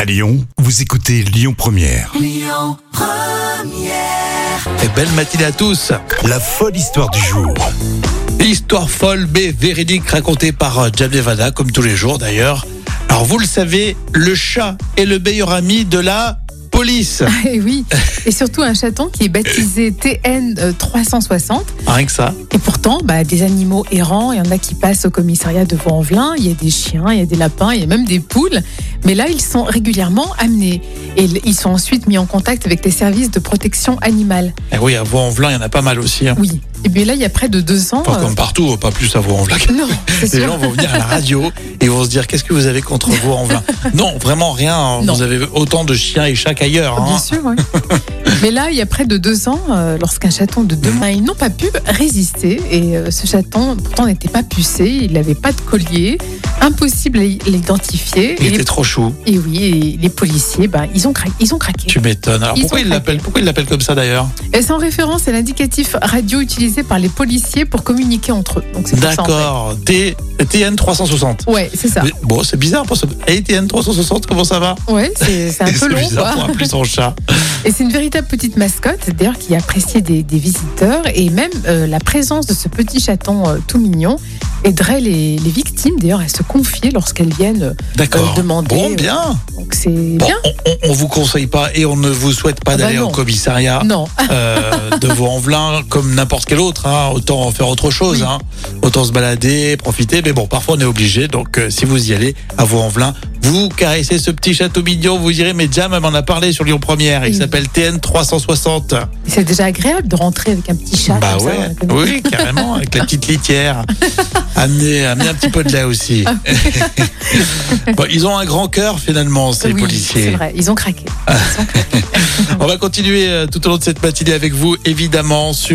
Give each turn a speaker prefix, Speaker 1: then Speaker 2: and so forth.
Speaker 1: À Lyon, vous écoutez Lyon Première.
Speaker 2: Et belle matinée à tous.
Speaker 1: La folle histoire du jour.
Speaker 2: Histoire folle mais véridique racontée par euh, Jam Nevada, comme tous les jours d'ailleurs. Alors vous le savez, le chat est le meilleur ami de la police.
Speaker 3: Et oui, et surtout un chaton qui est baptisé euh, TN360.
Speaker 2: Rien que ça.
Speaker 3: Et pourtant, bah, des animaux errants, il y en a qui passent au commissariat devant Envelin, il y a des chiens, il y a des lapins, il y a même des poules. Mais là, ils sont régulièrement amenés. Et l- ils sont ensuite mis en contact avec les services de protection animale.
Speaker 2: Et Eh oui, à Vaux-en-Velin, il y en a pas mal aussi. hein.
Speaker 3: Oui. Et bien là, il y a près de 200...
Speaker 2: Enfin, comme partout, pas plus à Vaux-en-Velin.
Speaker 3: euh, Non, c'est
Speaker 2: Les
Speaker 3: sûr.
Speaker 2: gens vont venir à la radio et vont se dire qu'est-ce que vous avez contre Vaux-en-Velin Non, vraiment rien. hein.
Speaker 3: Non.
Speaker 2: Vous avez autant de chiens et chats qu'ailleurs. hein.
Speaker 3: Bien sûr, oui. Mais là, il y a près de deux ans, euh, lorsqu'un chaton de deux mois, ils n'ont pas pu résister. Et euh, ce chaton, pourtant, n'était pas pucé, il n'avait pas de collier, impossible à y- l'identifier.
Speaker 2: Il
Speaker 3: Et,
Speaker 2: était trop chou.
Speaker 3: et oui, et les policiers, ben, ils, ont cra- ils ont craqué.
Speaker 2: Tu m'étonnes. Alors
Speaker 3: Ils
Speaker 2: pourquoi
Speaker 3: ont
Speaker 2: il
Speaker 3: craqué.
Speaker 2: l'appelle Pourquoi il l'appelle comme ça d'ailleurs
Speaker 3: Et c'est en référence à l'indicatif radio utilisé par les policiers pour communiquer entre eux. Donc c'est pour ça, en fait.
Speaker 2: D'accord. T- TN 360.
Speaker 3: Ouais, c'est ça.
Speaker 2: Mais Bon, c'est bizarre pour ça. ATN 360, comment ça va
Speaker 3: Ouais, c'est c'est un peu long,
Speaker 2: bizarre
Speaker 3: quoi.
Speaker 2: pour appeler son chat.
Speaker 3: Et c'est une véritable petite mascotte, d'ailleurs, qui est appréciée des, des visiteurs. Et même euh, la présence de ce petit chaton euh, tout mignon aiderait les, les victimes, d'ailleurs, à se confier lorsqu'elles viennent.
Speaker 2: D'accord.
Speaker 3: Euh, demander,
Speaker 2: bon,
Speaker 3: euh,
Speaker 2: bien.
Speaker 3: Donc c'est
Speaker 2: Bon,
Speaker 3: bien.
Speaker 2: on, on- on vous conseille pas et on ne vous souhaite pas
Speaker 3: Ah bah
Speaker 2: d'aller au
Speaker 3: non.
Speaker 2: commissariat
Speaker 3: Non,
Speaker 2: euh, de Vaux-en-Velin comme n'importe quel autre. hein. Autant faire autre chose.
Speaker 3: Oui.
Speaker 2: hein. Autant se balader, profiter. Mais bon, parfois on est obligé. Donc euh, si vous y allez à Vaux-en-Velin, vous caressez ce petit chat tout mignon. Vous direz, mais Jam elle m'en a parlé sur Lyon Première. Il
Speaker 3: Oui.
Speaker 2: s'appelle TN 360.
Speaker 3: c'est déjà agréable de rentrer avec un petit chat.
Speaker 2: Bah
Speaker 3: comme ça,
Speaker 2: ouais,
Speaker 3: comme-
Speaker 2: oui, carrément, avec la petite litière. Amener, amener un petit peu de lait aussi.
Speaker 3: Ah
Speaker 2: Bon, ils ont un grand cœur finalement, ces
Speaker 3: Oui, C'est
Speaker 2: policiers.
Speaker 3: vrai, ils ont craqué.
Speaker 2: On va continuer euh, tout au long de cette matinée avec vous, évidemment, sur